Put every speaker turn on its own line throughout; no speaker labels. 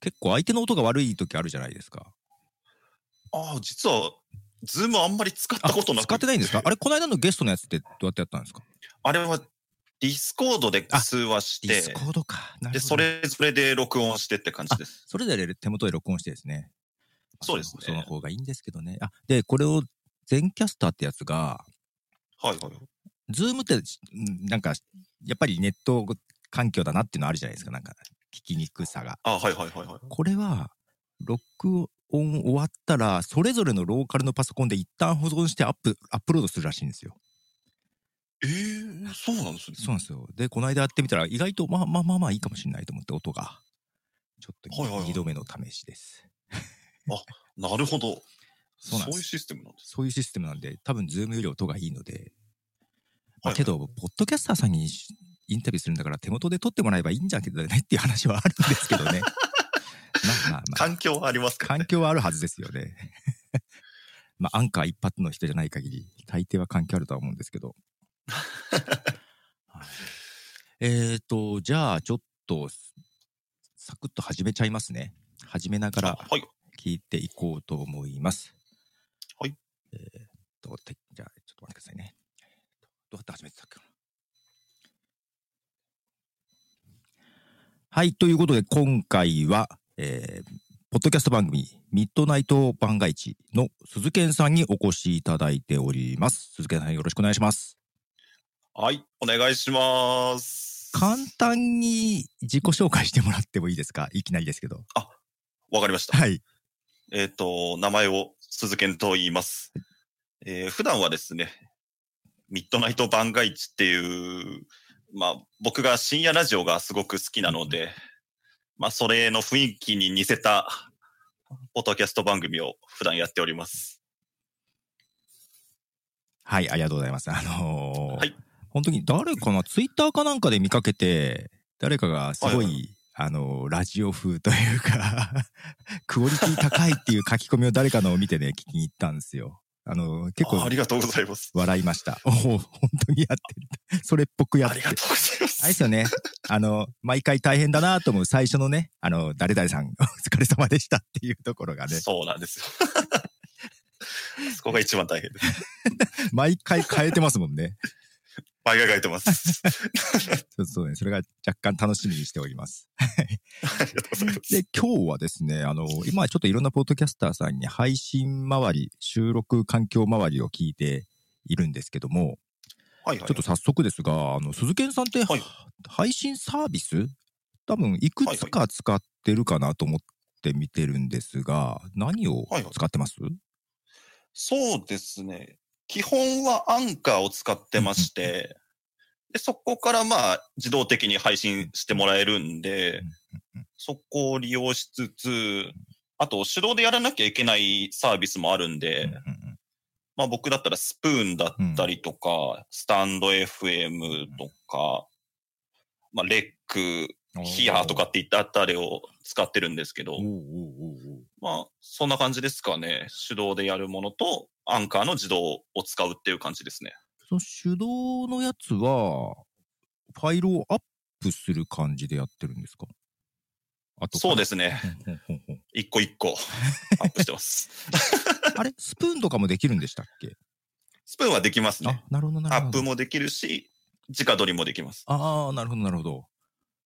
結構相手の音が悪い時あるじゃないですか。
ああ、実は、ズームあんまり使ったことなく
使ってないん ですかあれ、この間のゲストのやつってどうやってやったんですか
あれは、ディスコードで通話し
ディス
て
コ、ードか。なるほど
で、そ。れぞれで録音してって感じです。
それぞれ手元で録音してですね。
そうですね
その方がいいんですけどね。あ、で、これを、全キャスターってやつが、
はいはい。
ズームって、うんなんか、やっぱりネット環境だなっていうのあるじゃないですか。なんか、聞きにくさが。
ああはいはいはいはい。
これは、録音終わったら、それぞれのローカルのパソコンで一旦保存してアップ、アップロードするらしいんですよ。
ええー、そうなんですね。
そうなんですよ。で、この間やってみたら、意外と、まあまあまあまあいいかもしれないと思って、音が。ちょっと
はいはいはい
2度目の試しです。
なるほど。
そ
そうう
なんです
いうシステムなんです。
そういうシステムなんで、多分、ズームより音がいいので。ま
は
あ
い
けど、ポッドキャスターさんにしインタビューするんだから、手元で撮ってもらえばいいんじゃけどねっていう話はあるんですけどね。まあまあまあ、
環境はあります か
環境はあるはずですよね。 まあ、アンカー一発の人じゃない限り、大抵は環境あるとは思うんですけど。はいえっと、じゃあ、ちょっと、サクッと始めちゃいますね。始めなが
あ
ら
はい。
聞いていこうと思います。
はい。
えーっと、てじゃあ、ちょっと待ってくださいね。どうやって始めてたっけなはい、ということで、今回は、えー、ポッドキャスト番組、ミッドナイト番外地の鈴賢さんにお越しいただいております。鈴賢さん、よろしくお願いします。
はい。お願いします。
簡単に自己紹介してもらってもいいですかいきなりですけど。
わかりました。
はい。
えっ、と、名前を鈴賢と言います。えー普段はですね、ミッドナイト番外地っていう、まあ、僕が深夜ラジオがすごく好きなので、まあ、それの雰囲気に似せた、ポッドキャスト番組を普段やっております。
はい、ありがとうございます。あのー
はい
本当に誰かな、ツイッターかなんかで見かけて、誰かがすごい、
はいはいは
あのーラジオ風というか、 クオリティ高いっていう書き込みを誰かのを見てね、聞きに行ったんですよ。あのー結
ああ
構
りがとうございます。
笑いました。 おお、本当にやってる。それっぽくやっ
あ
て
り
る
がとうございま。
あれですすよね。あの、毎回大変だなと思う最初のね、あの、誰々さん、 お疲れ様でしたっていうところが ね、
そうな んですよ。そこが一番大変です。
毎回変えてますもんね。
倍が書い てます。
そうそうね、それが若干楽しみにしております。
ありがとうございます。
で、今日はですね、あの、今ちょっといろんなポッドキャスターさんに配信周り、収録環境周りを聞いているんですけども、
はいは
ちょっと早速ですが、あの、鈴賢さんって、
はい
配信サービス多分、いくつか使ってるかなと思って見てるんですが、何を
はいはい
使ってます、
そうですね。基本はアンカーを使ってまして、でそこからまあ自動的に配信してもらえるんで
うん、
そこを利用しつつ、あと手動でやらなきゃいけないサービスもあるんで、
うんうんうん
まあ僕だったらスプーンだったりとか、スタンド FM とか、まあレック、ヒアとかっていったあたりを使ってるんですけど、
おーおーおーおー
まあ、そんな感じですかね。手動でやるものと、アンカーの自動を使うっていう感じですね。
その手動のやつは、ファイルをアップする感じでやってるんですかあと。
そうですすね。
ほんほんほんほん
一個一 個、アップしてます。
あれスプーンとかもできるんでしたっけ
スプーンはできますね
あ。、なるほど、なる
ア
ほど。
ップもできるし、直撮りもできます。
ああ、なるほど、なるほど。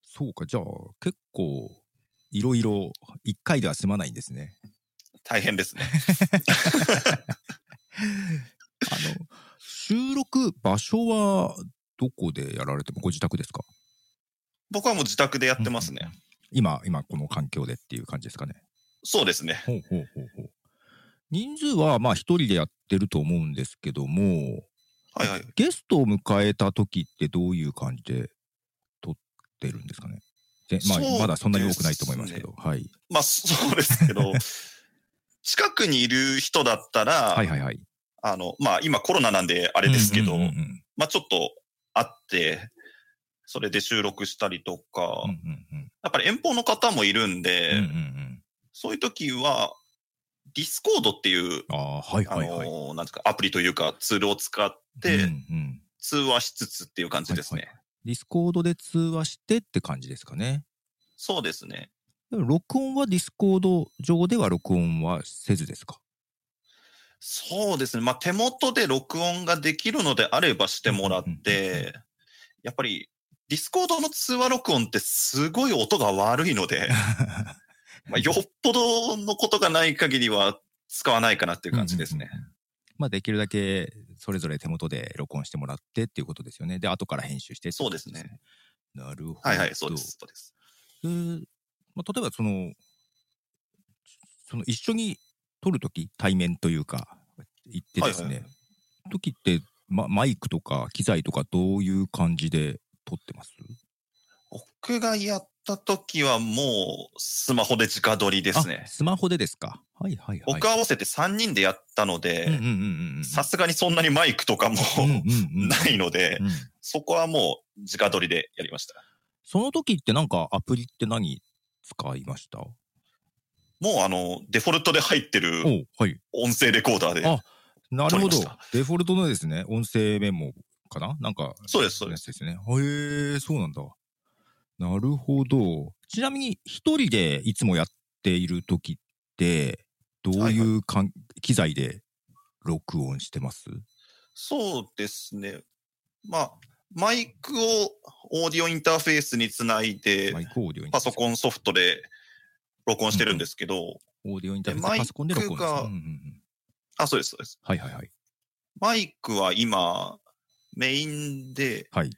そうか、じゃあ、結構、いろいろ、一回では済まないんですね。
大変ですね。
あの、収録場所は、どこでやられても、ご自宅ですか
僕はもう自宅でやってますね。。
今、今、この環境でっていう感じですかね。
そうですね。
ほうほうほうほう。人数は、まあ、一人でやってると思うんですけども、
はいはい。
ゲストを迎えた時ってどういう感じで撮ってるんですかねでま
そうです
あ、
ね
まだそんなに多くないと思いますけど。はい。
まあ、そうです けど、近くにいる人だったら、
はいはいはい。
あの、まあ、今コロナなんであれですけど、
うんうんうんうん
まあ、ちょっとあって、それで収録したりとか、
うんうん
やっぱり遠方の方もいるん
う
で、
んうんうん
そういう時は、ディスコードっていう、
ああ、はい
あ
は
の
いはい。
なんですか、アプリというかツールを使って、
うんうん
通話しつつっていう感じですね。
はいはいディスコードで通話してって感じですかね。
そうですね。
でも録音はディスコード上では録音はせず ですか
そうですね。まあ、手元で録音ができるのであればしてもらっ
うんうんうん
て、やっぱり、ディスコードの通話録音ってすごい音が悪いので、 まあ、よっぽどのことがない限りは使わないかなっていう感じですね。
うんうんうんうん。まあ、できるだけそれぞれ手元で録音してもらってっていうことですよね。で、後から編集してってこと
そうです。
なるほど。
はいはい、そうです。そうです。
でまあ、例えばその、その一緒に撮るとき、対面というか、行ってですね、
はいはいは
時って、ま、マイクとか機材とかどういう感じで撮ってます
僕がやった時はもうスマホで直撮りです
あ
ね。
スマホでですか。はいはいはい。
僕合わせて3人でやったの
うんうん
で、
うんうんうん、
さすがにそんなにマイクとかも
うんうんうん
ないので、
うん
そこはもう直撮りでやりました。
その時ってなんかアプリって何使いましたお
もうあの、デフォルトで入ってる
はい。
音声レコーダー
あ
で。
なるほど
撮りました。
デフォルトのですね、音声メモかななんか、。
そうですそうです
ですね。へえー、そうなんだ。なるほど。ちなみに、一人でいつもやっている時って、どういうかん、機材で録音してます
そうですね。まあ、マイクをオーディオインターフェースにつないで
マ、イクオーディオインタ
パ
ーフェー
ソ
ス
コンソフトで録音してるんですけど、
オーディオインターフェー
で
スパソコンで録音ですね
マイクが
うんうんうん
あ、そうです、そうです。
はいはいはい。
マイクは今、メインで、
はい。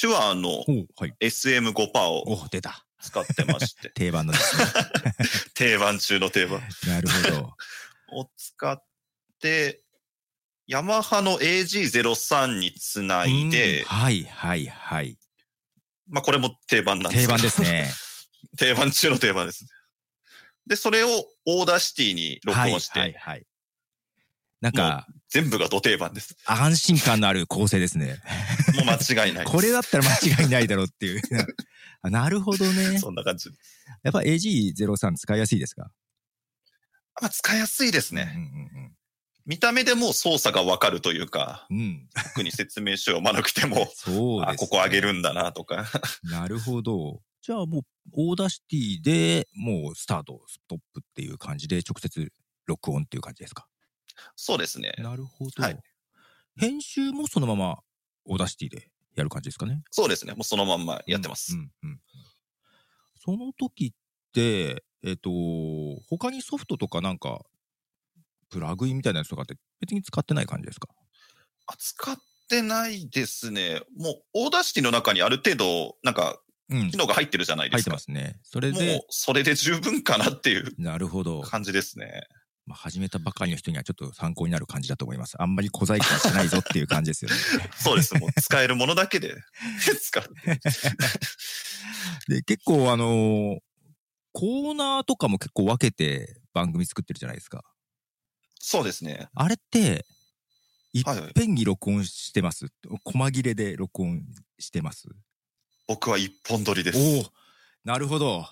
手話の
おうはい。
SM5% を
お出た。
使って まして、
定番のです ね。
定番中の定番
なるほ ど。
を使って、ヤマハの AG03 につない
うん
で、
はいはいはい。
まあこれも定番なんです
定番
けど
です。ね。
定番中の定番です。で、それをオーダーシティに録音して、
はいはいはい。なんか、
全部が土定番です。
安心感のある構成ですね。
もう間違いないで す。
これだったら間違いないだろうっていう。 あなるほどね。
そんな感じ。
やっぱ AG03 使いやすいですか
まあ使いやすいですね。
ね。
見た目でもう操作がわかるというか、
うんうんうん。うん。
特に説明書読まなくても、
そうです、
あ、ここ上げ。るんだなとか。
なるほど。じゃあもう、オーダーシティでもうスタート、ストップっていう感じで直接録音っていう感じですか
そうですね。
なるほど。
はい
編集もそのままオーダーシティでやる感じですかね
そうですね。もうそのまんまやってます。
うんうんうんその時って、えっ、と、他にソフトとかなんか、プラグインみたいなやつとかって別に使ってない感じですか
あ使ってないですね。もう、オーダーシティの中にある程度、なんか、
うん
機。能が入ってるじゃないで
入っ
す
て
か。
ますね。それ
もう
で、、
それで十分かなっていう
なるほど。
感じですね。
まあ、始めたばかりの人にはちょっと参考になる感じだと思います。あんまり小細工はしないぞっていう感じですよね。
そうです。もう、使えるものだけで 使う。
で、結構あのーコーナーとかも結構分けて番組作ってるじゃないですか。
そうですね。
あれって、いっ
はいはい
ぺんに録音してます。細切れで録音してます。
僕は一本撮りです。
おおなるほど。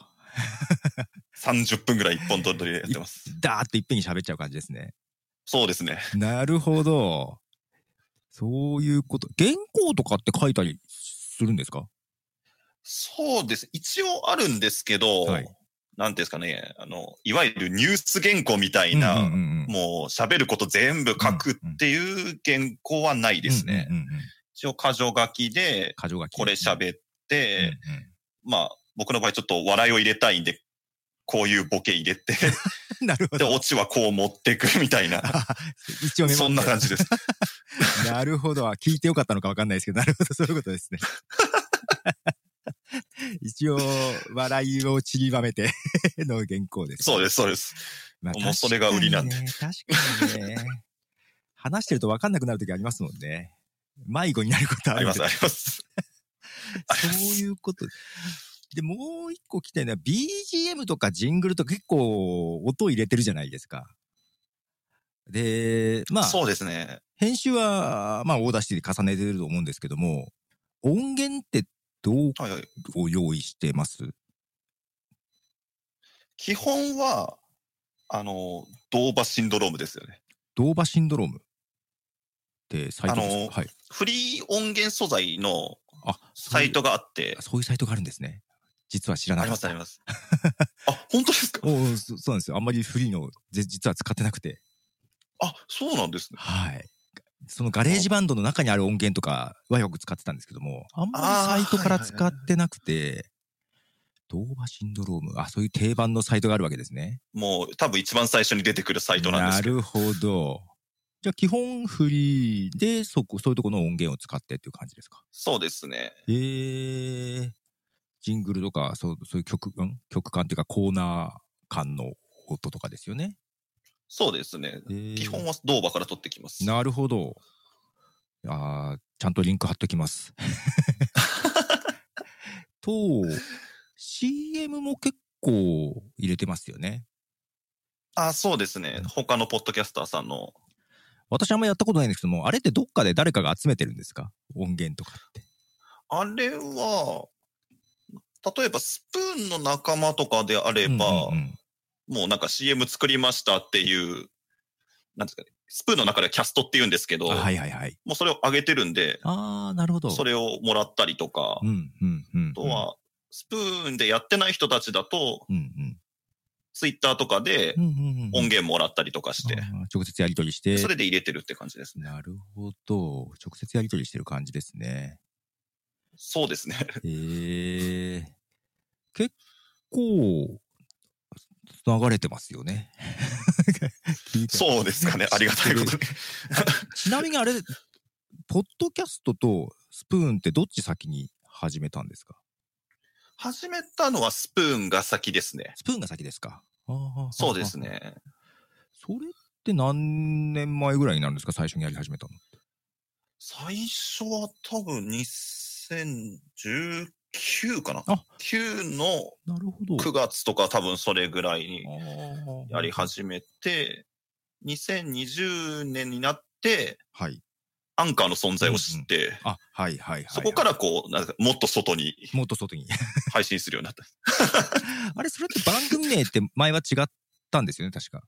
30分ぐらい一本撮りでやってます。
ダーッといっぺんに喋っちゃう感じですね。
そうですね。
なるほど。そういうこと。原稿とかって書いたりするんですか
そうです。一応あるんですけど、
はい
なんていうんですかね、あの、いわゆるニュース原稿みたい
うん
な
うん、うんうん
もう喋ること全部書くっていう原稿はないですね。
うんうんうんうん
一応箇条書きで、
箇条書き。
これ喋って、
うんうん
まあ、僕の場合ちょっと笑いを入れたいんで、こういうボケ入れ て、
なるほ
で、
ど。
オチはこう持ってくみたいな、
一応メモって
そんな感じです。
なるほど。あ聞いてよかったのかわかんないですけど、なるほど、そういうこと ですね。一応、笑いをちりばめての原稿です。
そうです、そうです。
ま
もうそれが売りなんで。
確かにね。確かにね話してるとわかんなくなるときありますもんね。迷子になることあ
あ
る
り
んで
ます、あります。ありま
そ
す
ういうこと。で、もう一個聞きたいのは、BGM とかジングルとか結構音入れてるじゃないですか。で、まあ、
そうですね。
編集は、まあ、オーダーシティで重ねてると思うんですけども、音源ってどう
はいはい。
を用意してます
基本は、あの、ドーバシンドロームですよね。
ドーバシンドロームってサイトですか、
あのー
はい。
フリー音源素材の
あ、
サイトがあっ
そ
て
ういう。、そういうサイトがあるんですね。実は知らな
あり
か
ま
っ
す、あ
た。
ります。あ、本当ですか
おうそそうなんですよ。あんまりフリーの、ぜ実は使ってなくて。
あ、そうなんですね。
はい。そのガレージバンドの中にある音源とかはよく使ってたんですけども、あんまりサイトから使ってなくて、ドーバシンドローム、あ、そういう定番のサイトがあるわけですね。
もう、多分一番最初に出てくるサイトなんです
な
けど。
るほど。じゃあ基本フリーで、そこ、そういうとこの音源を使ってっていう感じですか。
そうですね。
えー、ジングルとか、そうそういう曲、ん曲感っていうかコーナー感の音とかですよね。
そうですね。
えー
基本はドーバから取ってきます。
なるほど。あーちゃんとリンク貼っとき ます。と、CM も結構入れてますよね。
あ、そうですね。他のポッドキャスターさんの。
私あんまやったことないんですけども、あれってどっかで誰かが集めてるんですか音源とかって。
あれは、例えばスプーンの仲間とかであれば、
うんうんうん
もうなんか CM 作りましたっていう、なんですかね。スプーンの中ではキャストって言うんですけど、
あはいはいはい。
もうそれを上げてるんで、
ああ、なるほど。
それをもらったりとか、
うんうんうん。
あと、は、スプーンでやってない人たちだと、
うんうん。
ツイッターとかで
うんうんうん
音源もらったりとかして、
あー直接やり取りして。
それで入れてるって感じですね。
なるほど。直接やり取りしてる感じですね。
そうですね。
へえ結構、流れてますよね。 聞いて
そうで すかね。ありがたいことに。
ちなみにあれ、ポッドキャストとスプーンってどっち先に始めたんですか
始めたのはスプーンが先ですね。
スプーンが先ですか
そうです。ね。
それって何年前ぐらいになるんですか最初にやり始めたの。
最初は多分2019かな
あ
?9 の
なるほど
9月とか多分それぐらいにやり
は
始めて、2020年になって、
はい。
アンカーの存在を知って、
あ、はいはいはい。
そこからこう、なんかもっと外に
もっと外に。
配信するようになった。
あれ、それって番組名って前は違ったんですよね、確か。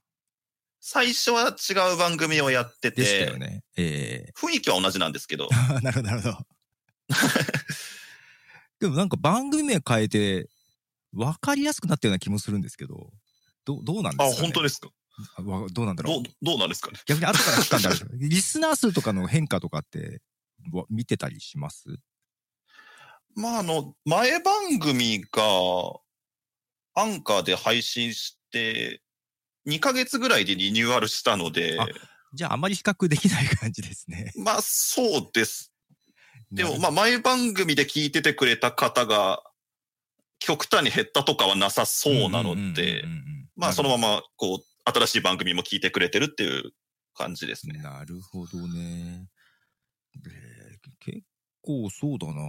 最初は違う番組をやって
でした
て、
よね。ええ
雰囲気は同じなんです けど、
なるほど、なるほど。でもなんか番組名変えて、分かりやすくなったような気もするんですけど、どうどうなん
あ、
ですか、ね、
本当ですか
あわどうなんだろ
ど
う
う。、どうなんですかね
逆に後から来た んだろう。リスナー数とかの変化とかって、わ見てたりします
まあ、あの、前番組が、アンカーで配信して、2ヶ月ぐらいでリニューアルしたので、
あじゃああまり比較できない感じですね。
まあ、そうです。でも、
なる
まあ、前番組で聞いててくれた方が、極端に減ったとかはなさ
ほど、
そうなので
うんうんうんうんうん、
まあ、そのま
ま
ま、こう、新しい番組も聞いてくれてるっていう感 じですね。
なるほどね。えー結構そうだな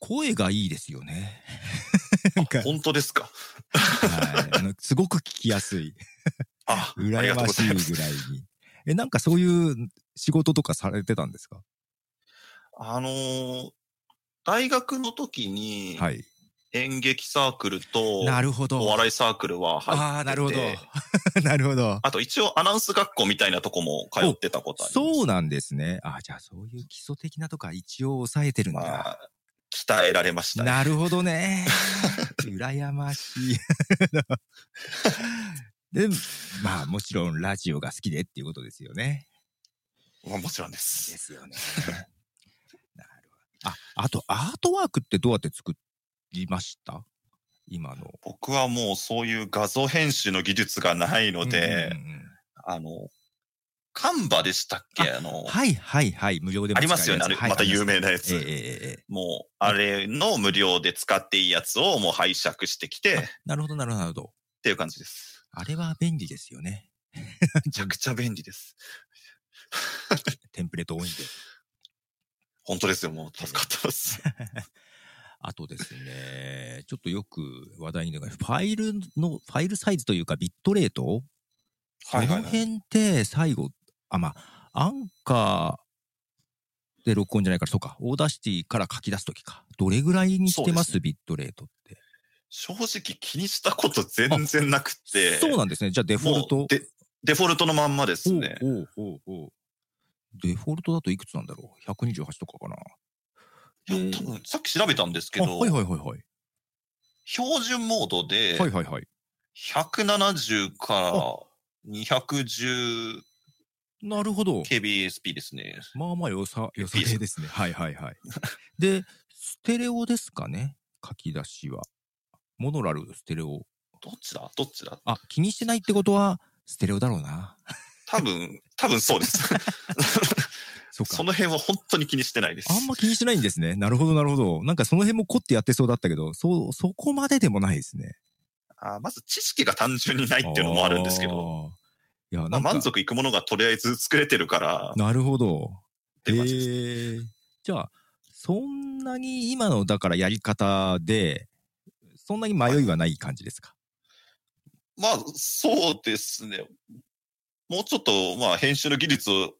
声がいいですよね。なんか、
本当ですか
はいあのすごく聞きやすい。
あ、ありが
羨
と
ま
うご
し
ざいます
いぐらいに。え、なんかそういう仕事とかされてたんですか
あのー大学の時に
はい。
演劇サークルと
なるほど。
お笑いサークルは入ってて
ああ、なるほど。 なるほど。
あと一応アナウンス学校みたいなとこも通ってたことあります。
そうなんですね。あじゃあそういう基礎的なとか一応抑えてるんだ。
まあ、鍛えられましたね。
なるほどね。 羨ましい。で、まあもちろんラジオが好きでっていうことですよね。
まあもちろんです
で。すよね。 なるほど。あ、あとアートワークってどうやって作りました今の。
僕はもうそういう画像編集の技術がないので、
うんうんうん
あの、カンバでしたっけあの、
はいはいはい、無料でも使え
あり
るや
ま
つ
すよね。あれ、
はい
また有
あ
名なやつ。
りますええええええ
もう、あれの無料で使っていいやつをもう拝借してきて、っ
なるほどなるほどなるほど。
ていう感じです。
あれは便利ですよね。
めちゃくちゃ便利です。
テンプレート多いんで。
本当ですよ。もう助かったです。
あとですね、ちょっとよく話題に出てくるファイルの、ファイルサイズというかビットレートその辺って最後、あ、まあ、アンカーで録音じゃないから、そうか、オーダーシティから書き出すときか。どれぐらいにしてま
そうです
すビットレートって。
正直気にしたこと全然なくて。
そうなんですね。じゃあデフォル
も
ト
う。デデフォルトのまんまですね。
おうおうおうおうデフォルトだといくつなんだろう ?128 とかかな。
いや多分さっき調べたんですけ
あ、
ど、
はいはいはいはい。
標準モードで、
はいはいはい。
170から210
なるほど。
kbsp ですね。
まあまあ良さ、良さげですね。はいはいはい。で、ステレオですかね書き出しは。モノラル、ステレオ。
どっちだどっちだ
あ、気にしてないってことは、ステレオだろうな。
多分、多分そ うです。
そっ
そ
か。
の辺は本当に気にしてないです。
あんま気にしてないんですね。なるほどなるほど。なんかその辺も凝ってやってそうだったけど、そう、そこまででもないですね。
あまず知識が単純にないっていうのもあるんですけど、
ど。いや、なん
ま
か、
あ、満足いくものがとりあえず作れてるから、
なるほど。
て感じです
えーじゃあ、そんなに今の、だからやり方で、そんなに迷いはない感じですか。
まあそうですね。もうちょっと、まあ編集の技術を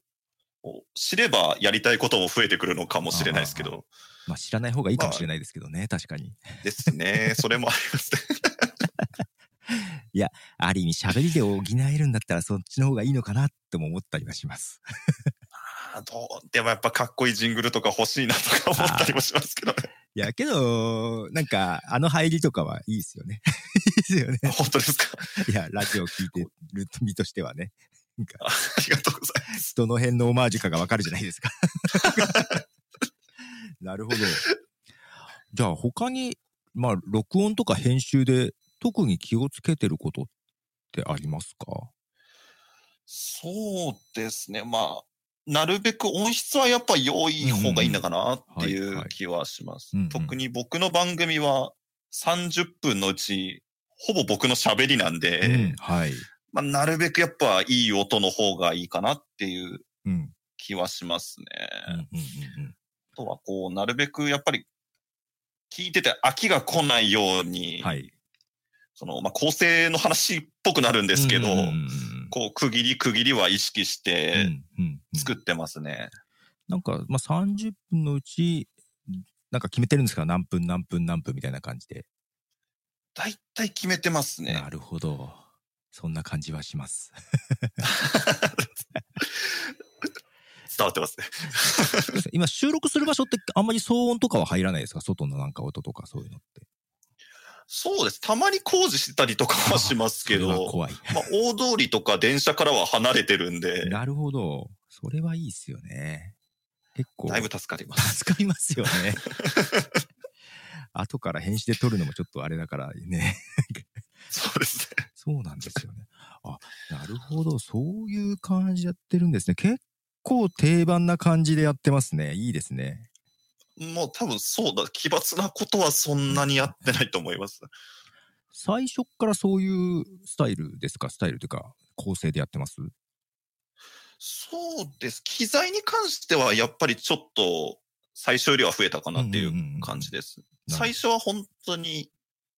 知ればやりたいことも増えてくるのかもしれないですけど、
まあ知らない方がいいかもしれないですけどね、確かに。
ですね。それもあります ね。
ある意味喋りで補えるんだったらそっちの方がいいのかなっても思ったりはします。
あどうでもやっぱかっこいいジングルとか欲しいなとか思ったりもしますけど、 ね、
いや、けど、なんか、あの入りとかはいいですよね。いいですよね。
本当ですか
いや、ラジオ聞いてる身としてはね。なんか、
ありがとうございます。
どの辺のオマージュかがわかるじゃないですか。 なるほど。じゃあ、他に、まあ、録音とか編集で特に気をつけてることってありますか
そうですね。まあ、なるべく音質はやっぱ良い方がいいのかなって
うんうん
い
はいは
う
い
気はします
うんうん。
特に僕の番組は30分のうち、ほぼ僕の喋りなんで、
うん、はい。
まあ、なるべくやっぱいい音の方がいいかなっていう
うん。うん
気はしますね。
うんうんうん
あとはこう、なるべくやっぱり聞いてて飽きが来ないように、
はい。
その、まあ、構成の話っぽくなるんですけ
う
ど、
んうんうんうん
こう、区切り区切りは意識し
う
て
んうんうん
作ってますね。
なんか、まあ、30分のうち、なんか決めてるんですか何分何分何分みたいな感じで。
大体決めてますね
な。るほど。そんな感じはします。
伝わってますね。
今収録する場所ってあんまり騒音とかは入らないですか外のなんか音とかそういうのって。
そうです。たまに工事してたりとかはしますけ
それは
ど、
怖い。
まあ、大通りとか電車からは離れてるんで、
なるほど。それはいいっすよね。結構。
だいぶ助かります。
助かりますよね。 後から編集で撮るのもちょっとあれだからね。
そうですね。
そうなんですよね。あ、なるほど。そういう感じでやってるんですね。結構定番な感じでやってますね。いいですね。
もう多分そうだ、奇抜なことはそんなにやってないと思います。
最初からそういうスタイルですかスタイルというか、構成でやってます
そうです。機材に関してはやっぱりちょっと最初よりは増えたかなってい
んん
うん
ん
感じです。
なるほど
最初は本当に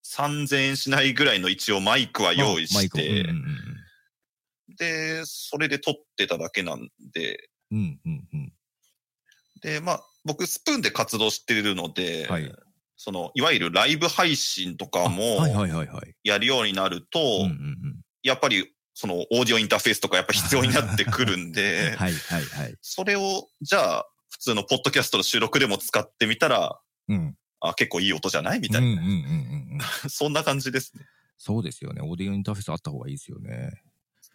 3000円しないぐらいの一応マイクは用意
まあマイ
し
クを
て、
うん
で、それで撮ってただけなんで、
うんうんうんうん
で、まあ僕スプーンで活動してるので、
はい
そのいわゆるライブ配信と
あ
か
はい
も
はいはいはい。
やるようになると、
うんうんうん
やっぱりそのオーディオインターフェースとかやっぱ必要になってくるん で、
はいはいはい。
それを、じゃあ、普通のポッドキャストの収録でも使ってみたら、
うん。
あ結構いい音じゃないみ
うん
た
う
い
ん
な、
うんうんうん。
そんな感じですね。
そうですよね。オーディオインターフェースあった方がいいですよね。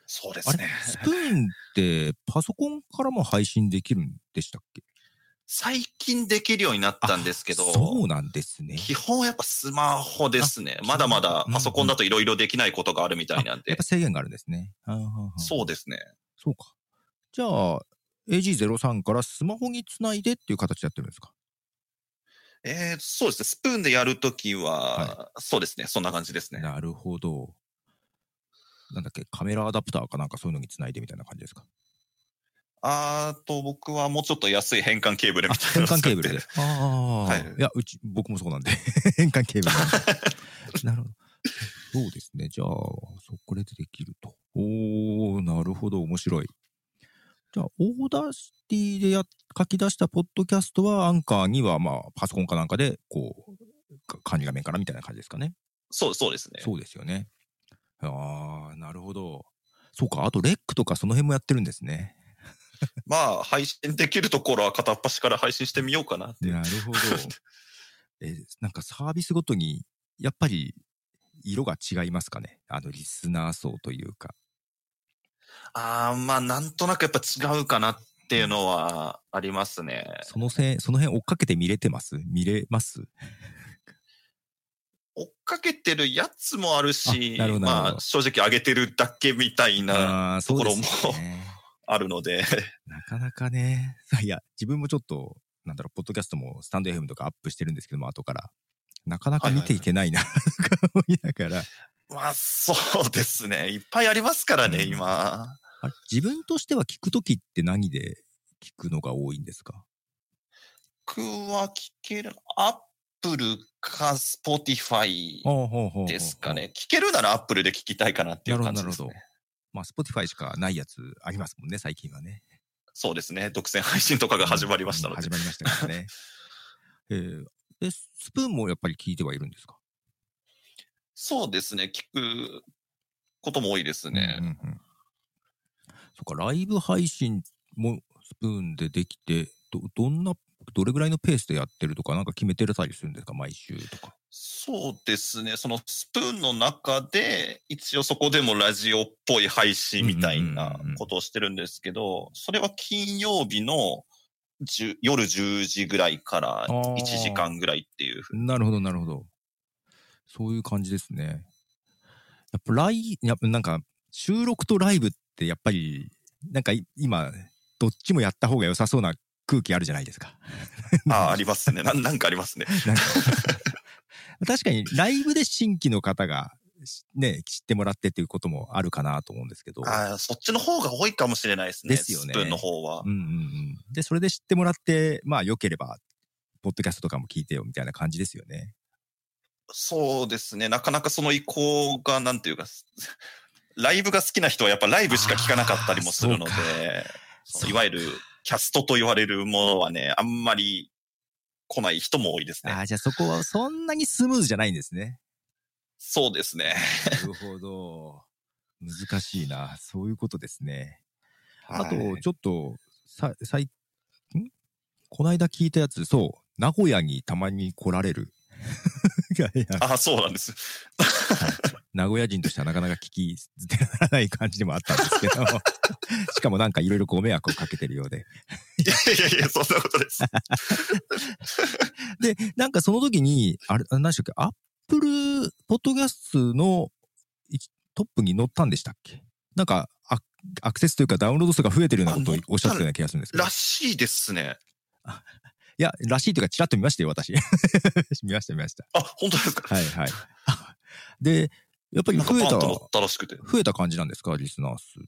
そうで
あ
す
れ
ね。
スプーンってパソコンからも配信できるんでしたっけ
最近できるようになったんですけど、
そうなんですね。
基本はやっぱスマホですね。
あ
まだまだ
そう
パソコンだといろいろできないことがあるみたいなん
やっ
で
ぱ。制限があるんですね。あーはーはー
そうですね。
そうか。じゃあ、AG03 からスマホにつないでっていう形でやってるんですか
えー、そうですね。スプーンでやるときは、そうですね。そんな感じですね。
なるほど。なんだっけ、カメラアダプターかなんかそういうのにつないでみたいな感じですか
あーと、僕はもうちょっと安い変換ケーブル
あ
みたい
変
なのを
換
使
ケ
っ
ーブ
て
ルで。ああ、
はいい、
や、うち、僕もそうなんで、 変換ケーブ ルなんで。なるほど。そうですね。じゃあ、そこでできると。おー、なるほど、面白い。じゃあ、オーダーシティでや書き出したポッドキャストは、アンカーには、まあ、パソコンかなんかで、こう、か管理画面からみたいな感じですかね。
そう、そうですね。
そうですよね。ああ、なるほど。そうか、あと、レックとかその辺もやってるんですね。
まあ、配信できるところは片 っ端から配信してみようかなっていう。
なるほど。え、なんかサービスごとにやっぱり色が違いますかねあのリスナー層というか。
あー、まあ、なんとなくやっぱ違うかなっていうのはありますね。
そのせんその辺追っかけて見れてます見れます
追っかけてるやつもあるし
あなるほ、どなるほど
まあ、正直上げてるだけみたいな、
あー
ところも
そうですね
あるので。
なかなかね、いや、自分もちょっと、なんだろう、ポッドキャストもスタンド FM とかアップしてるんですけども、後から。なかなか見ていけないな、 とか思いながら。
まあ、そうですね。いっぱいありますからね、
うん
今。
あれ自分としては聞くときって何で聞くのが多いんですか
僕は聞ける、アップルかスポティファイ
ほうほうほう
ですか。ね。聞けるならアップルで聞きたいかなってい
な
う
るほど、
感
な
じ
るほ
です、ね
ど。。まあ、Spotify しかないやつありますもんね、最近はね。
そうですね。独占配信とかが始まりましたので
始。まりましたから ね。えー、でスプーンもやっぱり聞いてはいるんですか
そうですね。聞くことも多いですね。
うんうんうんそっか、ライブ配信もスプーンでできて、どどんな、どれぐらいのペースでやってるとか、なんか決めてたりするんですか、毎週とか。
そうですね。そのスプーンの中で、一応そこでもラジオっぽい配信みたいなことをしてるんですけど、それは金曜日の10夜10時ぐらいから
ー
1時間ぐらいっていうふうに。
なるほど、なるほど。そういう感じですね。やっぱライ、やっぱなんか、収録とライブってやっぱり、なんかい今、どっちもやった方が良さそうな空気あるじゃないですか。
ああ、ありますねな。なんかありますね。
なんか 確かにライブで新規の方がしね、知ってもらってっていうこともあるかなと思うんですけど。
ああ、そっちの方が多いかもしれないですね。
ですよね
スプーンの方は
うん。うんうん。で、それで知ってもらって、まあ良ければ、ポッドキャストとかも聞いてよみたいな感じですよね。
そうですね。なかなかその意向が、なんていうか、 ライブが好きな人はやっぱライブしか聞かなかったりもするので
あーそう、
そのいわゆるキャストと言われるものはね、あんまり来ない人も多いです
あ
ね。
あ、じゃあそこはそんなにスムーズじゃないんですね。
そうですね。
なるほど。難しいな。そういうことですね。あと
はい、
ちょっと、さ、さい、んこないだ聞いたやつ、そう、名古屋にたまに来られ る。いやいや
あ、そうなんです。
名古屋人としてはなかなか聞き捨てられない感じでもあったんですけ ど、しかもなんかいろいろご迷惑をかけてるようで。
いやいやいや、そんなことです。
で、なんかその時に、あれ、あ何でしたっけ、アップルポッドキャストのいトップに載ったんでしたっけなんかアク、アクセスというかダウンロード数が増えてるようなことを
あ載った
おっしゃってたような気がするんですけど。
ら
い
しいですね。
や、らしいというか、ちらっと見ましたよ、私。 見ました、見ました。
あ、本当ですか。
はい、 はい。で、やっぱり
なんか
増え
パ
た、
ンと乗
増
ったらしくて。
えた感じなんですか、リスナー数。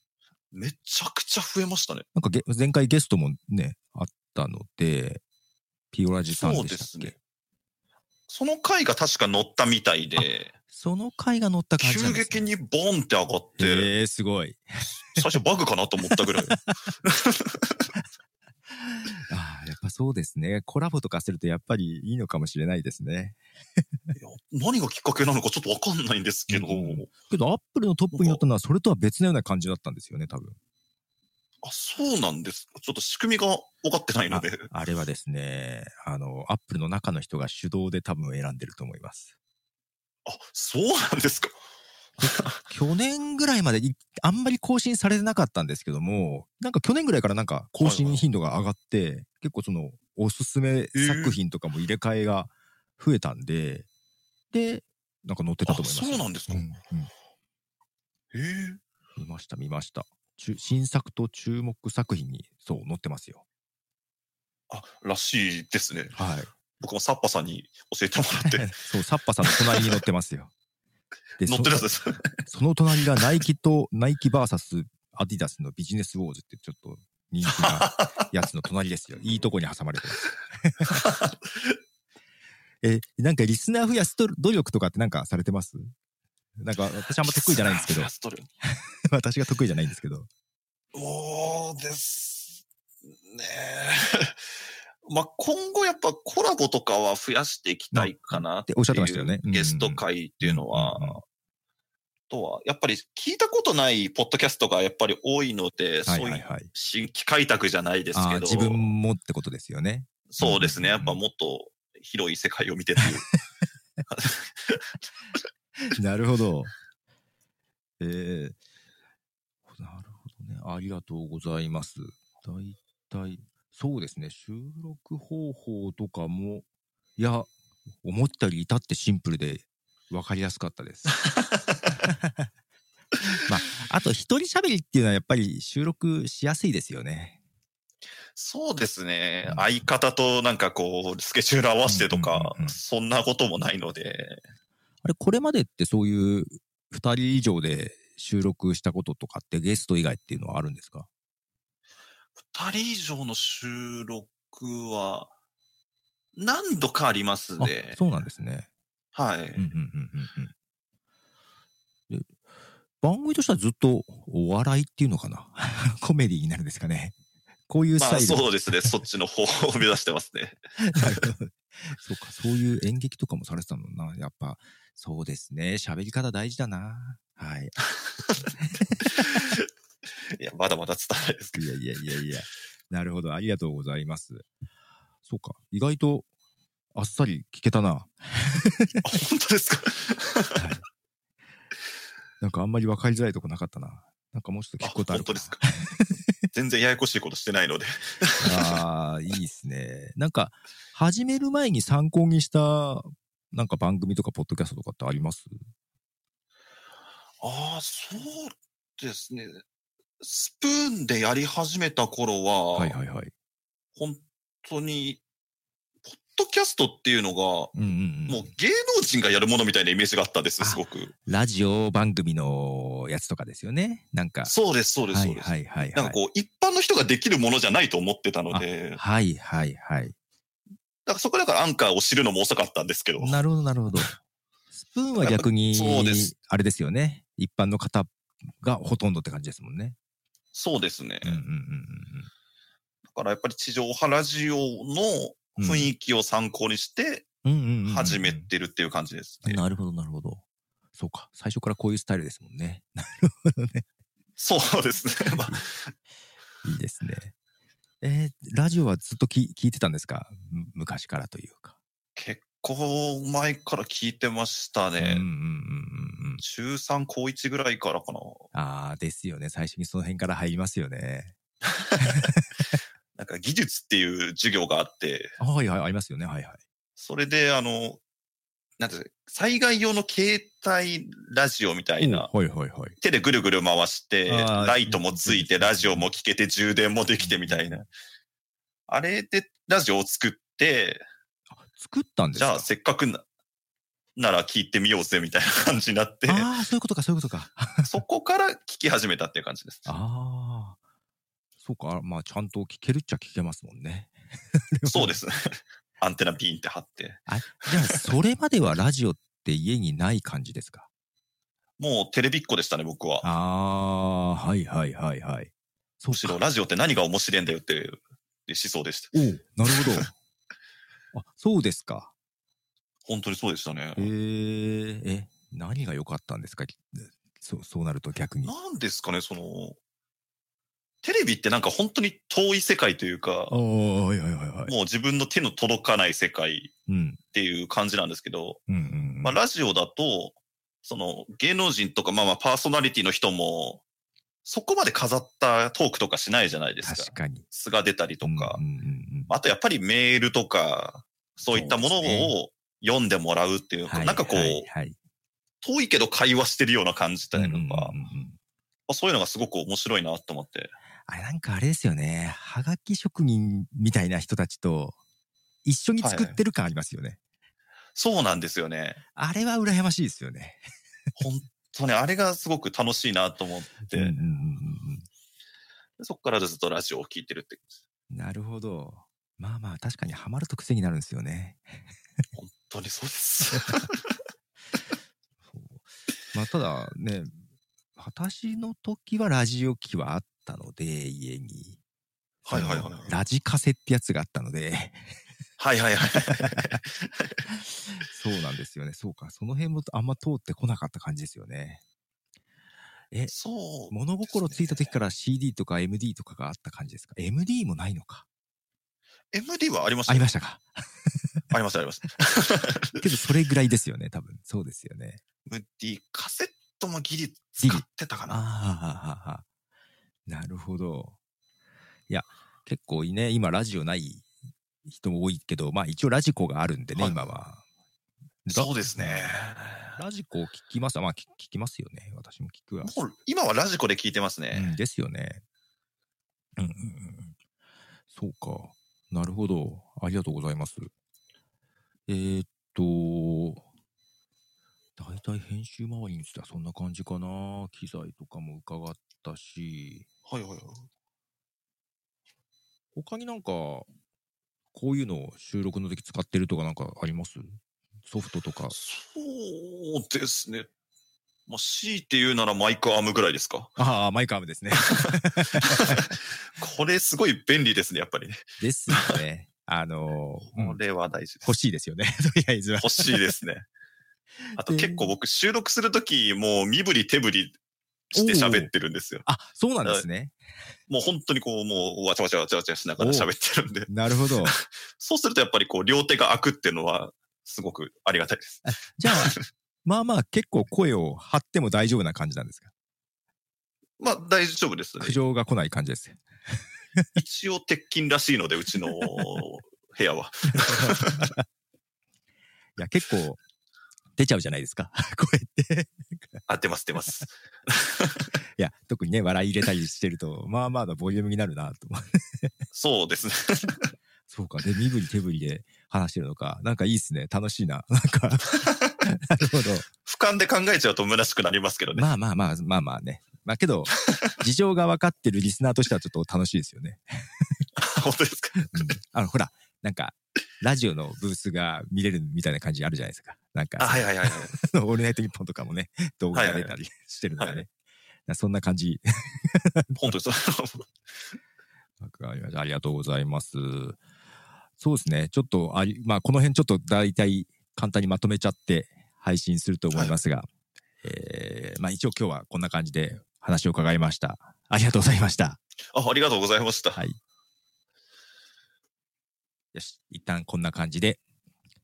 めちゃくちゃ増えましたね。
なんかゲ前回ゲストもね、あったので、ピオラジさんでしたっ
そうで
け
す
そ,、
ねその回が確か乗ったみたいで、
の回が載った感じな
急
んです、
激にボンって上がって、
えー、すごい。
最初バグかなと思った ぐらい。
ああ、やっぱそうですね。コラボとかするとやっぱりいいのかもしれないですね。
何がきっかけなのかちょっとわかんないんですけど、
うんけど、アップルのトップになったのはそれとは別のような感じだったんですよね、多分。
あ、そうなんです。ちょっと仕組みが分かってないので。
あれはですね、あの、アップルの中の人が手動で多分選んでると思います。
あ、そうなんですか。
去年ぐらいまでいあんまり更新されてなかったんですけども、なんか去年ぐらいからなんか更新頻度が上がって、結構そのおすすめ作品とかも入れ替えが増えたんで、で、なんか載ってた
あ、
と思います。
そうなんですか。へ
うんうん
え
見ました見ました中新作と注目作品にそう載ってますよ
あ、らしいですね。
はい
僕もサッパさんに教えてもらって、
そうサッパさんの隣に載ってます よで
乗ってるやつ
そ
です。
その隣がナイキとナイキ VS アディダスのビジネスウォーズってちょっと人気なやつの隣です よいいとこに挟まれてます えなんかリスナー増やすと努力とかってなんかされてますなんか私あんま得意じゃないん ですけど私が得意じゃないんですけど
そうですね。 まあ、今後やっぱコラボとかは増やしていきたいかなって
っておっしゃってましたよねうん
ゲスト会っていうのは、
うんうん
あとは、やっぱり聞いたことないポッドキャストがやっぱり多いので、
はい
そう
はいいうはい
新規開拓じゃないです
あ
け
ー
ど、
自分もってことですよね
そうですね。やっぱもっと広い世界を見てという
なるほど。えー、なるほどね。ありがとうございます。大体、そうですね。収録方法とかも、いや、思ったより至ってシンプルで分かりやすかった です。まあ、あと一人喋りっていうのはやっぱり収録しやすいですよね。
そうですね
うん。
相方となんかこう、スケジュール合わせてとか
うんうんうんうん、
そんなこともないので、
あれ、これまでってそういう二人以上で収録したこととかってゲスト以外っていうのはあるんですか
二人以上の収録は、何度かあります
あ
ね。
そうなんですね。
はい。
うんうんうんうんうんで番組としてはずっとお笑いっていうのかな コメディになるんですかねこういうス
ま
タ
あ
イル、
そうですね。そっちの方を目指してますね。
なるほど そうかそういう演劇とかもされてたもんなやっぱそうですね喋り方大事だなはい
いや、まだまだ伝わないですけ
いやいやいやいやなるほどありがとうございますそうか意外とあっさり聞けたな
ど。 あ本当ですか
なんかあんまり分かりづらいとこなかったななんかもうちょっと聞
あ
くことある
本当ですか全然ややこしいことしてないので。
ああ、いいですね。なんか、始める前に参考にした、なんか番組とか、ポッドキャストとかってあります
ああ、そうですね。スプーンでやり始めた頃は、
はいはいはい。
本当に、ポッドキャストっていうのが、
うんうん、う。
もうん芸能人がやるものみたいなイメージがあったんです、
あ
すごく。
ラジオ番組のやつとかですよね。なんか。
そうです、そうです、
は
そ
いう
です。
はいはいはい。
なんかこう、一般の人ができるものじゃないと思ってたので、
はいはいはい。
だからそこだからアンカーを知るのも遅かったんですけど、
なるほどなるほど。スプーンは逆に、
そうです
あれですよね。一般の方がほとんどって感じですもんね。
そうですね。
うんうんう
だ
ん
からやっぱり地上波ラジオ
うんうん。
の雰囲気を参考にして
うんうんうんうん
始めてるっていう感じですね。
なるほどなるほど。そうか。最初からこういうスタイルですもんね。
そうですね。まあ
いいですね。えーラジオはずっとき聞いてたんですかむ昔からというか。
結構前から聞いてましたね。
うんうんうんうんうん。
中3、高1ぐらいからかな。
ああ、ですよね。最初にその辺から入りますよね。
なんか技術っていう授業があって、
あはいはい、ありますよね。はいはい。
それであの、なんていうんですか災害用の携帯ラジオみたいな、
おはいはいはい。
手でぐるぐる回して、
あー
ライトもついて、ラジオも聞けて、充電もできてみたいな。あれでラジオを作って、
作ったんです
じ
か
ゃあせっかくな、なら聞いてみようぜみたいな感じになって、
ああ、そういうことか、そういうことか。あ
そこから聞き始めたっていう感じです。
あー。そうか、あまあ、ちゃんと聞けるっちゃ聞けますもん ね。
そうですね。 アンテナピンって貼って。
じゃあ、それまではラジオって家にない感じですか
もうテレビっ子でしたね、僕は。
ああ、はいはいはいはい。そう
む
か
しろラジオって何が面白いんだよっていう思想でした。
おうなるほど。 あ、そうですか。
本当にそうでしたね
え。ー、え、何が良かったんですかきそう、そうなると逆に。
なんですかね、その、テレビってなんか本当に遠い世界というか、
ああ、はいはいはいはい。
もう自分の手の届かない世界
うん。
っていう感じなんですけど、
うんうんうん。
まあ、ラジオだと、その芸能人とか、まあまあパーソナリティの人も、そこまで飾ったトークとかしないじゃないですか。
確かに。
素が出たりとか
う。んうんうん
あとやっぱりメールとか、そういったもの
そうですね
を読んでもらうっていう、
うん。はい
なんかこう、
はいはい。
遠いけど会話してるような感じというか、
うんうんうん
ま
うん
あ、そういうのがすごく面白いなと思って。
あれなんかあれですよね。はがき職人みたいな人たちと一緒に作ってる感ありますよね。
そうなんですよね。
あれは羨ましいですよね。
本当ね、あれがすごく楽しいなと思って、
うんうんうん
そこからずっとラジオを聴いてるって。
うんなるほど。まあまあ確かにハマると癖になるんですよね。
本当にそうです。
そうまあただね私の時はラジオ機はあったので家に
はいはいはい
あのラジカセってやつがあったので
はいはいはい。
そうなんですよねそうかその辺もあんま通ってこなかった感じですよね
そう。
物心ついた時から CD とか MD とかがあった感じですか MD もないのか
MD はありました
ありましたか。
ありました、ありました。
けど、それぐらいですよね、多分。そうですよね。
MD、カセットもギリ使ってたかな。
ああ、 なるほど。いや、結構ね、今ラジオない人も多いけど、まあ一応ラジコがあるんでね、
はい
今は。
そうですね。
ラジコを聞きますまあ聞聞きますよね。私も聞くわ。
もう今はラジコで聞いてますね。
うん、ですよね。うんうんうんうん。そうか。なるほど。ありがとうございます。えー、っと、大体編集周りにしてはそんな感じかな。機材とかも伺ったし、
はいはいはい。
他になんか、こういうのを収録の時使ってるとかなんかありますソフトとか。
そうですね。まあ、強いて言うならマイクアームぐらいですか。
ああ、マイクアームですね。
これすごい便利ですね、やっぱりね。
ですよね。あのーうん
これは大事です。
欲しいですよね。 とりあえずは。
欲しいです ね。あと
で
結構僕収録するときもう身振り手振りして喋ってるんですよ。
あ、そうなんですね。
もう本当にこうもうわちゃわちゃわちゃわちゃしながら喋ってるんで。
なるほど。
そうするとやっぱりこう両手が開くっていうのはすごくありがたいです。
じゃあ、まあまあ結構声を張っても大丈夫な感じなんですか
まあ大丈夫ですね
苦。情が来ない感じです。
一応鉄筋らしいので、うちの部屋は。
いや、結構出ちゃうじゃないですか。 声って。
あ、出ます出ます。
いや、特にね、笑い入れたりしてると、まあまあなボリュームになるなと思う。
そうですね。
そうか。で、身振り手振りで話してるのか。なんかいいっすね。楽しいな。 なん か。なるほど。
俯瞰で考えちゃうと虚しくなりますけどね。
まあまあまあ、まあまあね。まあけど、事情が分かってるリスナーとしてはちょっと楽しいですよね。
本当ですか。
うんあの、ほら、なんか、ラジオのブースが見れるみたいな感じあるじゃないですか。なんか、
あ、はいはいはいはい。
あのオールナイトニッポンとかもね、 動画が出たりしてるのがね。
は
なそんな感じ。
本当です。
わかりましたありがとうございます。そうですね。ちょっと、あり、まあ、この辺ちょっと大体簡単にまとめちゃって配信すると思いますが、えー、まあ一応今日はこんな感じで話を伺いました。ありがとうございました。
あ、ありがとうございました。
はいよし、一旦こんな感じで。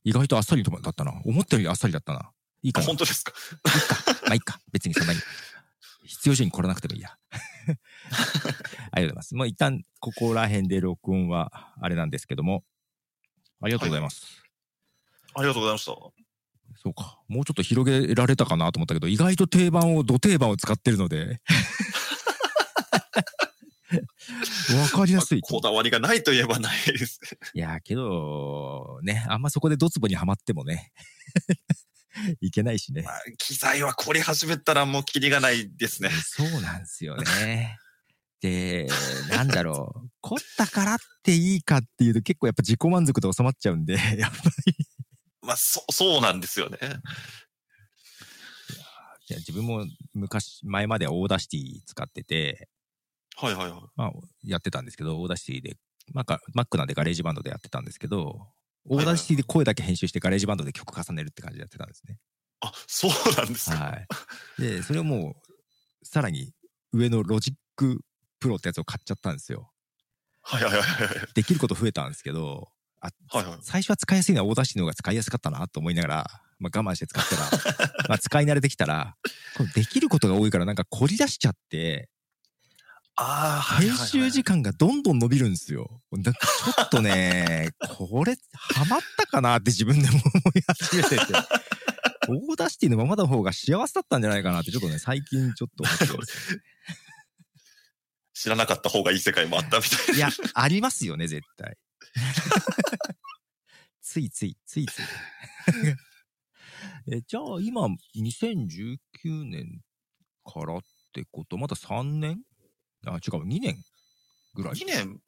意外とあっさりとだったな。思ったよりあっさりだったな。いい
あ
かな。
本当ですか。
まあいいか。別にそんなに。必要以上に来らなくてもいいや。ありがとうございます。もう一旦、ここら辺で録音は、あれなんですけども。ありがとうございます。
ありがとうございました。
そうか。もうちょっと広げられたかなと思ったけど、意外と定番を、土定番を使ってるので。わかりやすい。
こだわりがないといえばないですね。
いやーけど、ね、あんまそこでドツボにはまってもね、いけないしね
ま。あ機材は凝り始めたらもうキリがないですね。
そうなんですよね。で、なんだろ う、凝ったからっていいかっていうと結構やっぱ自己満足で収まっちゃうんで、 やっぱ
まあ、そ、そうなんですよね。
り自分も昔、前まではオーダーシティ使ってて、
はいはいはい。
まあ、やってたんですけど、オーダーシティで、まあか、Mac なんでガレージバンドでやってたんですけど、オーダーシティで声だけ編集してガレージバンドで曲重ねるって感じでやってたんですね。
あ、そうなんですか。
はい。で、それをもう、さらに上のロジックプロってやつを買っちゃったんですよ。
はいはいはいはい。
できること増えたんですけど、あ
はいはい。
最初は使いやすいのはオーダーシティの方が使いやすかったなと思いながら、まあ、我慢して使ったら、まあ使い慣れてきたら、このできることが多いからなんか凝り出しちゃって、
ああ、はい
編
はいはい。
集時間がどんどん伸びるんですよ。なんかちょっと ね、これ、ハマったかなって自分でも思い始めてて。オーダーシティのままの方が幸せだったんじゃないかなって、ちょっとね、最近ちょっと思って ます。
知らなかった方がいい世界もあった みたい
いや、ありますよね、絶 対。ついつい、ついつい。 えじゃあ、今、2019年からってこと、まだ3年あ、違う、2年ぐら
な。
い
2年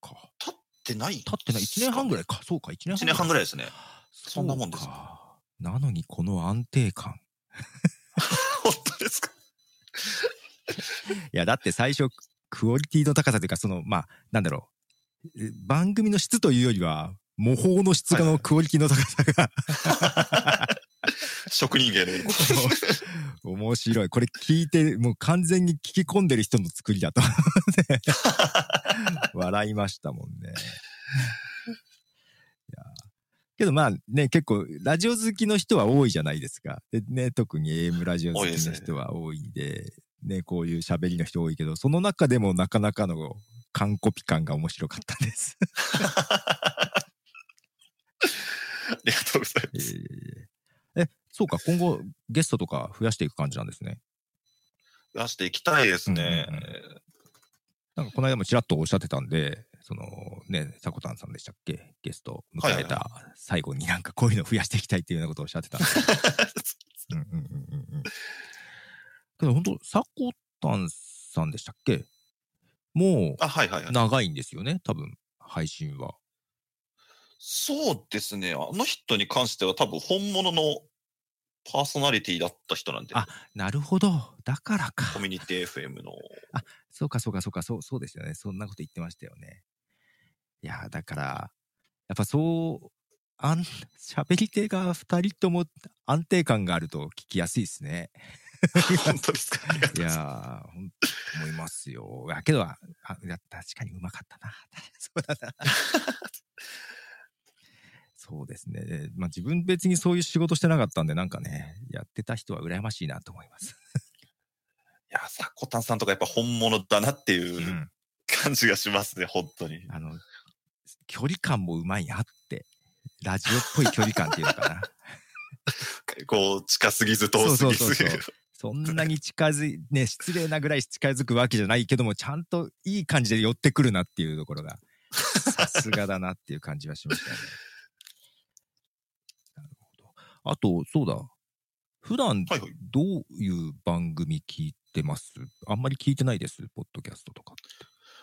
か。
経ってない
経ってない、1年半ぐらいか。そうか、1年半
1年半ぐらいですね。
そ
そんなもんです
うかなのに、この安定感。
本当ですか。
いや、だって最初、クオリティの高さというか、その、まあ、なんだろう。え番組の質というよりは、模倣の質
はいは
の
い
クオリティの高さが、
職人芸で。
面白い。これ聞いて、もう完全に聞き込んでる人の作りだと思って。笑いましたもんね。けどまあね、結構、ラジオ好きの人は多いじゃないですか。でね、特に AM ラジオ好きの人は多いんで、ねこういう喋りの人多いけど、その中でもなかなかの完コピ感が面白かったです。
ありがとうござい
え
ます。
ええそうか、今後ゲストとか増やしていく感じなんですね。
出していきたいですね。
うんうんなんかこの間もちらっとおっしゃってたんで、そのね、さこたんさんでしたっけゲスト迎えた最後になんかこういうの増やしていきたいっていうようなことをおっしゃって たんで。うんうんうんうんうん。けど本当、さこたんさんでしたっけも
あ、はいはいは
う
い。
長いんですよね、多分、配信は。
そうですね。あの人に関しては多分本物のパーソナリティだった人なんで、
あなるほど。だからか
コミュニティ FM の。
そうかそうかそうか、そう、そうですよね。そんなこと言ってましたよね。いやー、だから、やっぱそう、あん、 喋り手が二人とも安定感があると聞きやすいです ね。
本当ですかありがとう
い
ございます
やー、ほんと思いますよ。いやけど、あ、いや確かにうまかったな。 そうだな。 そうですね。でまあ自分別にそういう仕事してなかったんで、なんかね、やってた人は羨ましいなと思います。
いや、さこたんさんとかやっぱ本物だなっていううん感じがしますね、本当に。
あの、距離感もうまいなって。ラジオっぽい距離感っていうのかな。
こう、近すぎず 遠すぎ
そう
ず
そうそ。そんなに近づい、ね、失礼なぐらい近づくわけじゃないけども、ちゃんといい感じで寄ってくるなっていうとこ ろが、さすがだなっていう感じはしましたね。なるほど。あと、そうだ。普段、
はいはい。
どういう番組聞いてますあんまり聞いてないです、ポッドキャストとか。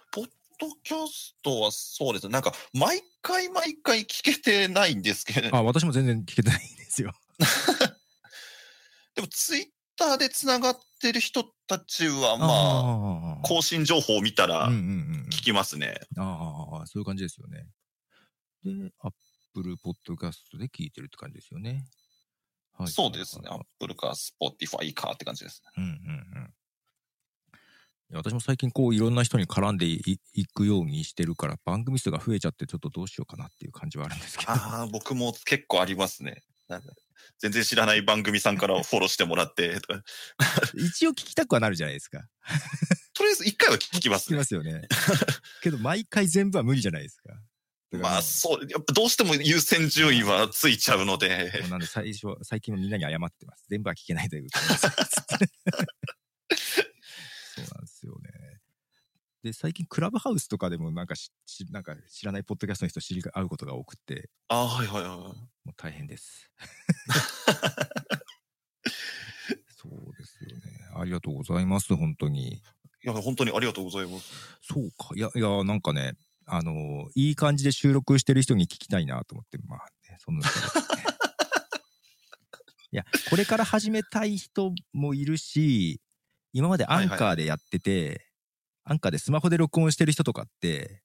ポッドキャストはそうですね。なんか、毎回毎回聞けてないんですけど、
あ、私も全然聞けてないんですよ。
でもツイッターでつながってる人たちは、まあ、
あ
更新情報を見たら
うんうんうんうん
聞きますね。
ああ、そういう感じですよね。で、アップルポッドキャストで聞いてるって感じですよね。はい
そうですね。
はいはい
Apple か Spotify かって感じです
うん
ね。
うんうん。いや私も最近こういろんな人に絡んでいいくようにしてるから番組数が増えちゃってちょっとどうしようかなっていう感じはあるんですけど。
ああ、僕も結構ありますね。なんか全然知らない番組さんからフォローしてもらってとか、
一応聞きたくはなるじゃないですか。
とりあえず一回は聞きま
聞
す
き
ね
ま。すよね。けど毎回全部は無理じゃないですか。だから
まあ、そう、やっぱどうしても優先順位はついちゃうので、
もうなんで最初、最近はみんなに謝ってます。全部は聞けないで歌います。そうなんですよね。で、最近クラブハウスとかでもなんかししなんか知らないポッドキャストの人知り合うことが多くて、
ああ、はいはいは
もう大変です。そうですよね。ありがとうございます、本当に。
い。いや、本当にありがとうございます。
そうか。いや、いや、なんかね、あのいい感じで収録してる人に聞きたいなと思って、まあ、ね、 そんな。いや、これから始めたい人もいるし、今までアンカーでやってて、アンカーでスマホで録音してる人とかって、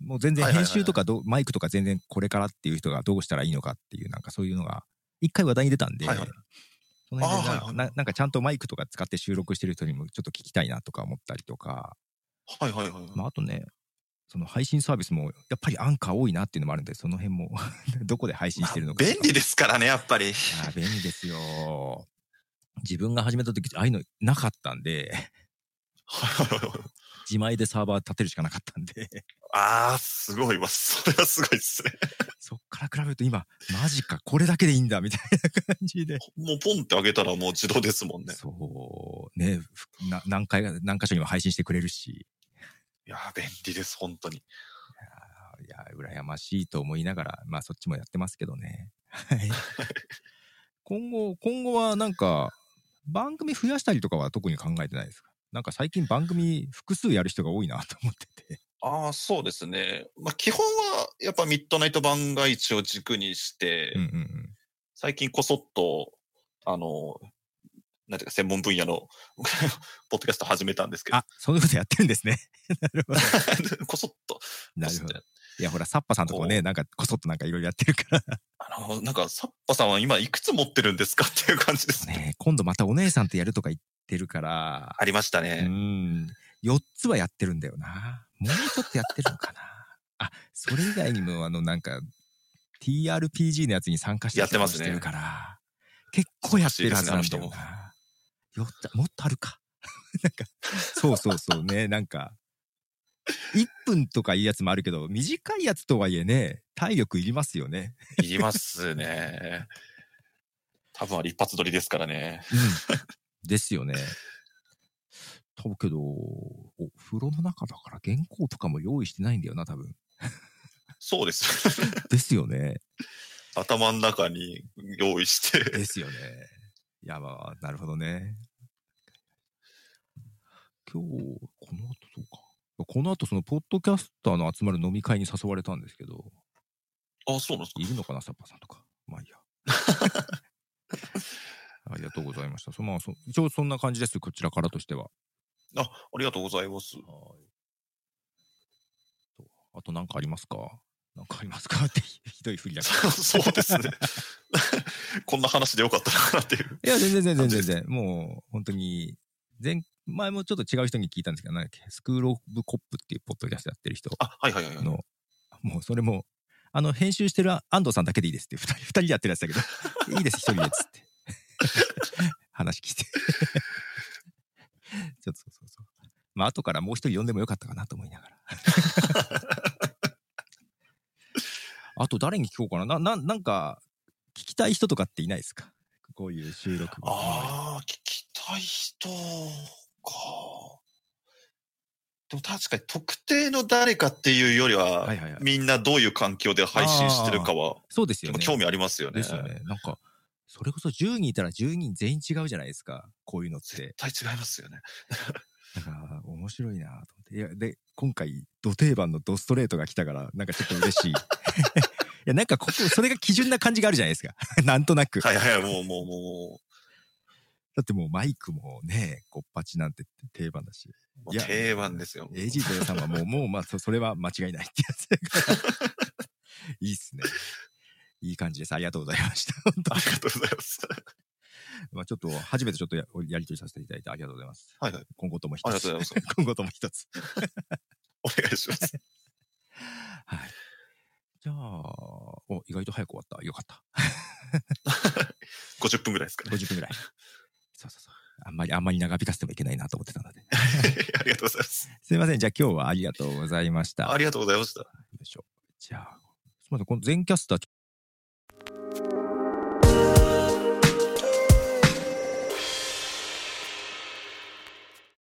もう全然
はいは
編
いはいはい
集とかどう、マイクとか全然これからっていう人がどうしたらいいのかっていう、なんかそういうのが、一回話題に出たんで、
はいはい
その辺でな,、
あーはいはい
ななんかちゃんとマイクとか使って収録してる人にもちょっと聞きたいなとか思ったりとか、
はいはいはい。
まあ、あとね、その配信サービスもやっぱりアンカー多いなっていうのもあるんで、その辺も どこで配信してるのかと
便
か。
利ですからね、やっぱり。
あー便利ですよ。自分が始めた時ああいうのなかったんで、
はいはいはいはい
自前でサーバー立てるしかなかったん で、
ああ、すごいわ。それはすごいです ね。
そっから比べると今、マジか、これだけでいいんだみたいな感じで。
もうポンって上げたらもう自動ですもんね。
そう、ね、ふな何回、何箇所にも配信してくれるし、
いやー、便利です、本当に。
あーいや、羨ましいと思いながら、まあそっちもやってますけどね。 はい。今後、今後はなんか、番組増やしたりとかは特に考えてないですかなんか最近番組複数やる人が多いなと思ってて。
ああ、そうですね。まあ、基本は、やっぱミッドナイト番外地を軸にして、
うんうんうん。
最近こそっと、あの、なんていうか、専門分野の、 ポッドキャスト始めたんですけど
あ、、そういうことやってるんですね。 なるほど。
こそっと、
な
こ
る
そ
ほ
っと
ど。いや、ほら、サッパさんとかもね、なんかこそっとなんかいろいろやってるから。
あの、なんか、サッパさんは今いくつ持ってるんですかっていう感じですね。
ね今度またお姉さんとやるとか言ってるから、
ありました
う
ね。
ん。4つはやってるんだ よな。もうちょっとやってるのかな。あ、それ以外にも、あの、なんか、 TRPG のやつに参加して
やってますね
るから、結構やってるはずなんだよ
懐
な。よっもっとあるか。 なんか、そうそうそう ね、なんか、1分とかいいやつもあるけど、短いやつとはいえね、体力いりますよね。
いりますね。 多分あれ一発撮りですからね。
うん。ですよね。多分けど、お風呂の中だから原稿とかも用意してないんだよな、多分。
そうです。
ですよね。
頭の中に用意して。
ですよね。いや、まあ、なるほどね。今日、この後そうか。この後、その、ポッドキャスターの集まる飲み会に誘われたんですけど、
あ、そうなんですか
いるのかな、サッパさんとか。まあいいや。ありがとうございました。そまあ、そ一応そんな感じです、こちらからとしては。
あ、ありがとうございます。
はい。とあと何かありますか何かありますか ってひどいふりだけど。
そうですね。 こんな話でよかったのかなってい う。
いや、全然全然全然。もう、本当に、前、前もちょっと違う人に聞いたんですけど、なんだっけ、スクール・オブ・コップっていうポッドキャストやってる人
あ、はいはいはいはい。
の、もうそれも、あの、編集してる安藤さんだけでいいですって、二人、二人でやってるやつ だけど、いいです、一人でっつって。 話聞いて。 ちょっとそうそうそう。まあ、後からもう一人呼んでもよかったかなと思いながら。 あと、誰に聞こうかな。な、ななんか、聞きたい人とかっていないですかこういう収録。
ああ、聞きたい人か。でも確かに特定の誰かっていうよりは、
はいはいはい
みんなどういう環境で配信してるかは、
そうです
で
よ
も
ね。
興味ありますよ
で
ね。
すよね。なんか、それこそ10人いたら10人全員違うじゃないですか。こういうのって。
絶対違いますよね。
なんか、面白いなと思って。いや、で、今回、ド定番のドストレートが来たから、なんかちょっと嬉 しい。いや、なんかここ、それが基準な感じがあるじゃないですか。 なんとな く。
はいはいはい、もうもうも
だってもうマイクもね、ごっぱちなんて定番だし。
う、もう
いや
定番ですよ。
AG0 さんは もう、もう、まあ、そそれは間違いないってやつだから。 いいっすね。いい感じです。ありがとうございました。本当
ありがとうございます。
まあちょっと、初めてちょっとややりとりさせていただいてありがとうございます。
はいはい。
今後とも一
ありがとう
つ。
ございま す。
今後とも一つ。
お願いし ます。
はい。じゃあ、お、意外と早く終わった。よかった。
50分ぐらいですかね。
50分ぐらい。そうそうそう。あんまり、あんまり長引かせてもいけないなと思ってたので。
ありがとうございます。
すいません。じゃあ今日はありがとうございました。
ありがとうございました。
よいしょじゃあ、すみません。この全キャスター